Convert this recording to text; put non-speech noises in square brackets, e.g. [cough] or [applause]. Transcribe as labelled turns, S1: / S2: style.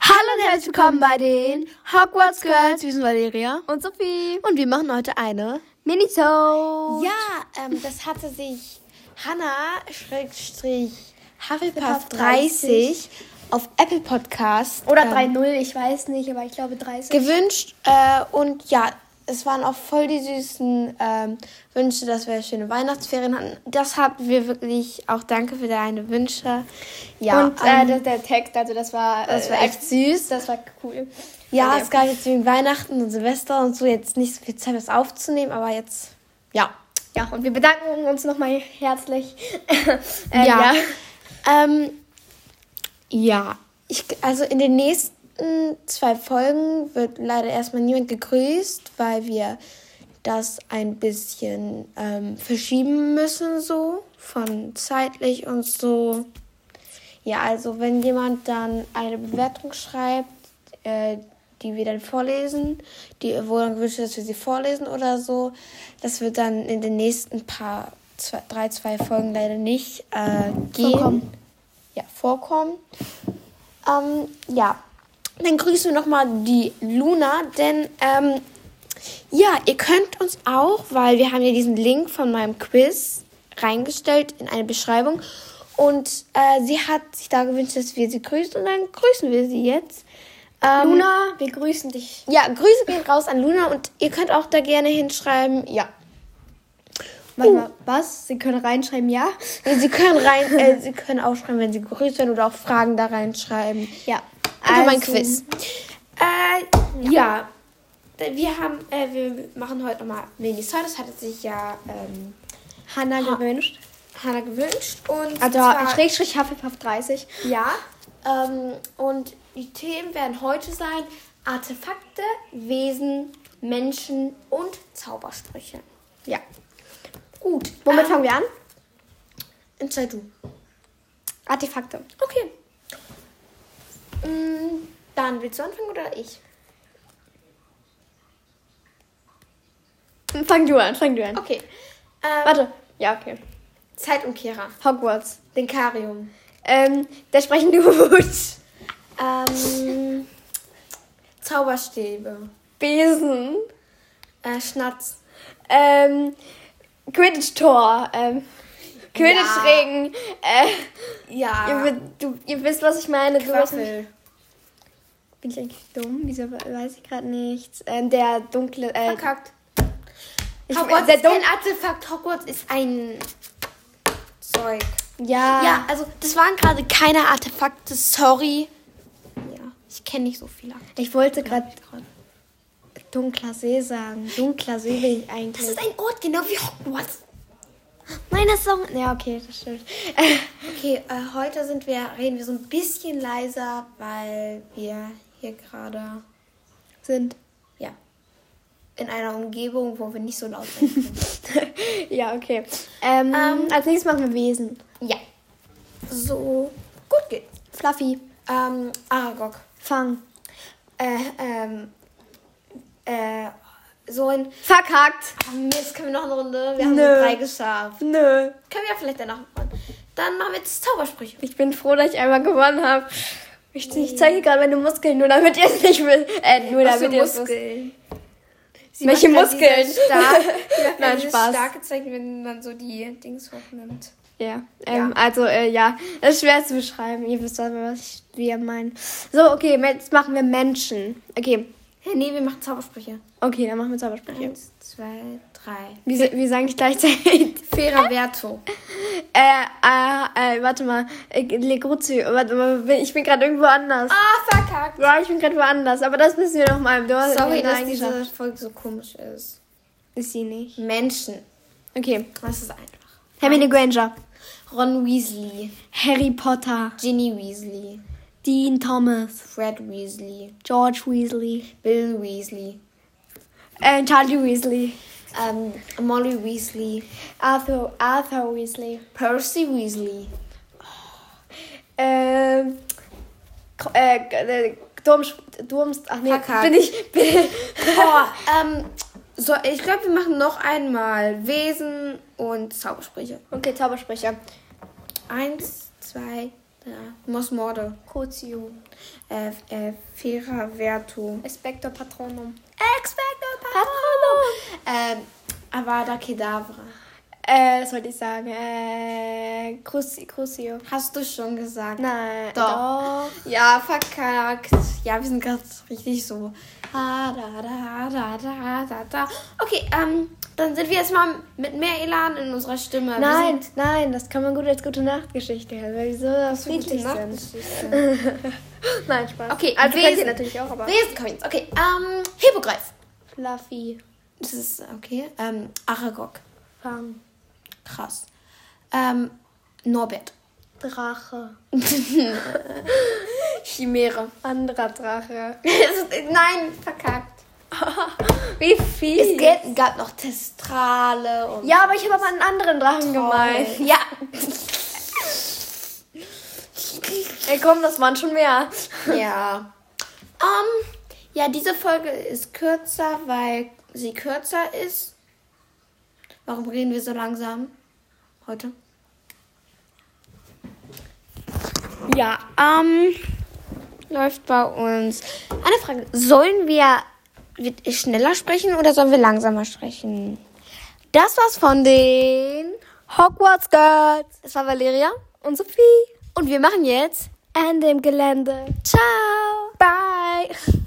S1: Hallo und herzlich willkommen bei den Hogwarts Girls. Wir sind Valeria
S2: Und Sophie.
S1: und wir machen heute eine.
S2: Miniso.
S1: Ja, ähm, das hatte sich Hannah Schrägstrich Hufflepuff 30 auf Apple Podcast
S2: Oder
S1: ähm,
S2: 3-0, ich weiß nicht, aber ich glaube 30.
S1: gewünscht. Äh, und ja, es waren auch voll die süßen ähm, Wünsche, dass wir schöne Weihnachtsferien hatten. Das hatten wir wirklich auch. Danke für deine Wünsche. Ja,
S2: Und äh,
S1: ähm,
S2: der, der Text, also das war,
S1: das
S2: äh,
S1: war echt süß.
S2: Das war cool.
S1: Ja,
S2: Okay.
S1: es gab jetzt wegen Weihnachten und Silvester und so jetzt nicht so viel Zeit, das aufzunehmen, aber jetzt, ja.
S2: Ja, und wir bedanken uns nochmal herzlich. [laughs] Äh,
S1: ja. [laughs] Ähm, ja, ich, also in den nächsten zwei Folgen wird leider erstmal niemand gegrüßt, weil wir das ein bisschen ähm, verschieben müssen, so von zeitlich und so. Ja, also wenn jemand dann eine Bewertung schreibt, äh, die wir dann vorlesen, die, wo dann gewünscht wird, dass wir sie vorlesen oder so, das wird dann in den nächsten paar, zwei, drei, zwei Folgen leider nicht äh, gehen.
S2: Vorkommen.
S1: Ja, vorkommen. Ähm, ja, dann grüßen wir nochmal die Luna, denn ähm, ja, ihr könnt uns auch, weil wir haben ja diesen Link von meinem Quiz reingestellt in eine Beschreibung und äh, sie hat sich da gewünscht, dass wir sie grüßen und dann grüßen wir sie jetzt. Ähm,
S2: Luna, wir grüßen dich.
S1: Ja, Grüße gehen raus an Luna und ihr könnt auch da gerne hinschreiben, ja.
S2: Warte mal,
S1: Oh.
S2: was? Sie können reinschreiben, ja?
S1: Sie können rein, äh, sie können auch schreiben, wenn sie grüßt werden oder auch Fragen da reinschreiben.
S2: Ja.
S1: Also, mein
S2: Also,
S1: Quiz. Äh, ja. Wir haben, äh, wir machen heute nochmal Mini-Soul. Das hatte sich ja ähm,
S2: Hannah gewünscht.
S1: Hannah gewünscht. Und
S2: Also,
S1: zwar-
S2: Schrägstrich Hufflepuff 30.
S1: ja. Ähm, und die Themen werden heute sein: Artefakte, Wesen, Menschen und Zaubersprüche.
S2: Ja.
S1: Gut.
S2: Womit
S1: ähm,
S2: fangen wir an?
S1: Entscheid du.
S2: Artefakte.
S1: Okay. Mm, dann willst du anfangen oder ich?
S2: Fang du an, fang du an.
S1: Okay. Ähm,
S2: Warte. Ja, okay.
S1: Zeitumkehrer.
S2: Hogwarts.
S1: Denkarium.
S2: Ähm, der sprechende [laughs] Hut.
S1: Ähm, Zauberstäbe.
S2: Besen.
S1: Äh, Schnatz.
S2: Ähm, Quidditch-Tor. Ähm, Quidditch-Ring. Äh, ihr,
S1: Ja.
S2: wi- du, ihr wisst, was ich meine. Du weißt nicht-
S1: Quaffel.
S2: Bin ich eigentlich dumm? Wieso we- weiß ich gerade nichts? Ähm, der dunkle. Äh,
S1: Verkackt.
S2: ich,
S1: Hogwarts
S2: der
S1: ist kein
S2: dunkle.
S1: Artefakt. Hogwarts ist ein Zeug.
S2: Ja.
S1: Ja, also das waren gerade keine Artefakte. Sorry. Ja, ich kenne nicht so viele.
S2: Ich wollte gerade dunkler See sagen. Dunkler See will ich eigentlich.
S1: Das ist ein Ort, genau wie Hogwarts.
S2: Nein, das ist auch. Ja, okay, das stimmt. [laughs]
S1: Okay, äh, heute sind wir, reden wir so ein bisschen leiser, weil wir hier gerade
S2: Sind.
S1: ja, in einer Umgebung, wo wir nicht so laut sind. [laughs]
S2: ja, okay. Ähm,
S1: Ähm,
S2: als nächstes machen wir Wesen.
S1: ja. So gut geht's.
S2: Fluffy.
S1: Ähm, Aragog.
S2: Fang.
S1: Äh, ähm, äh, so ein.
S2: Verkackt.
S1: Ah, Mist, können wir noch eine Runde? Wir haben
S2: Nö.
S1: nur drei geschafft.
S2: Nö.
S1: Können wir ja vielleicht danach machen. Dann machen wir jetzt Zaubersprüche.
S2: Ich bin froh, dass ich einmal gewonnen habe. Ich, ich zeige gerade meine Muskeln, nur damit ihr es nicht wisst. Äh, nur
S1: Was für
S2: damit ihr es wisst.
S1: Muskeln? Sie
S2: Welche
S1: macht halt
S2: Muskeln?
S1: dieses
S2: [laughs]
S1: Stark, sie [laughs] macht halt
S2: Nein,
S1: dieses
S2: Spaß.
S1: Stark gezeigt, wenn man so die Dings hochnimmt.
S2: Ja. Ähm,
S1: Ja.
S2: Also, äh, ja. Das ist schwer zu beschreiben. Ihr wisst aber, was ich, wir meinen. So, okay, jetzt machen wir Menschen. Okay.
S1: Hey, nee, wir machen Zaubersprüche.
S2: Okay, dann machen wir Zaubersprüche.
S1: Eins, zwei, drei.
S2: Wie, sa- wie sagen ich gleichzeitig? [laughs]
S1: Fairer Verto.
S2: Äh, äh, äh, warte mal. Äh, Legruzzi. Warte mal, ich bin gerade irgendwo anders.
S1: Ah, verkackt.
S2: Ja, ich bin gerade woanders. Aber das müssen wir noch mal. Du hast
S1: Sorry,
S2: wir haben
S1: dass
S2: eingeschafft.
S1: diese Folge so komisch ist.
S2: Ist sie nicht.
S1: Menschen.
S2: Okay.
S1: Das ist einfach.
S2: Hermine Granger.
S1: Ron Weasley,
S2: Harry Potter.
S1: Ginny Weasley,
S2: Dean Thomas,
S1: Fred Weasley,
S2: George Weasley,
S1: Bill Weasley,
S2: äh, Charlie Weasley,
S1: ähm, Molly Weasley,
S2: Arthur, Arthur Weasley,
S1: Percy Weasley,
S2: ähm, K- äh, äh, Durms, Durms, ach nee,
S1: Verkackt.
S2: bin ich, bin,
S1: Oh, ähm, so, ich glaube, wir machen noch einmal Wesen und Zaubersprüche.
S2: okay, Zaubersprecher,
S1: Eins, zwei, Ja. Mos Morde.
S2: Cotio.
S1: Äh, äh, Fera Vertu.
S2: Aspecto Patronum.
S1: Expecto Patronum. Ähm, Avada Kedavra.
S2: Äh, was wollte ich sagen? Äh, Crucio. Crucio.
S1: Hast du schon gesagt? ne?
S2: Nein.
S1: Doch. Ja, verkackt. Ja, wir sind gerade richtig so. Ah, da, da, da, da, da, da. Okay, ähm, dann sind wir jetzt mal mit mehr Elan in unserer Stimme. Wir
S2: Nein,
S1: sind-
S2: nein, das kann man gut als gute Nachtgeschichte hören, weil wir so
S1: Gute
S2: friedlich
S1: Nacht.
S2: sind. Nein, Spaß.
S1: ne? Okay,
S2: also
S1: Wesen.
S2: könnt ihr natürlich auch, aber.
S1: Wesen kommen jetzt. Okay, ähm, Hippogreif.
S2: Fluffy.
S1: Das ist, okay. Ähm, Aragog.
S2: Fang.
S1: Krass. Ähm, Norbert.
S2: [laughs] Drache.
S1: Chimäre.
S2: Anderer Drache.
S1: Es ist- Nein, verkackt.
S2: Wie viel?
S1: Es gab, gab noch Testrale und.
S2: ja, aber ich habe aber einen anderen Drachen gemeint.
S1: Ja.
S2: Ey, komm, das waren schon mehr.
S1: ja. Ähm, ja, diese Folge ist kürzer, weil sie kürzer ist. Warum reden wir so langsam heute? Ja, ähm, läuft bei uns. Eine Frage. Sollen wir wird- schneller sprechen oder sollen wir langsamer sprechen? Das war's von den
S2: Hogwarts Girls.
S1: Es war Valeria.
S2: Und Sophie.
S1: Und wir machen jetzt
S2: An dem Gelände.
S1: Ciao.
S2: Bye.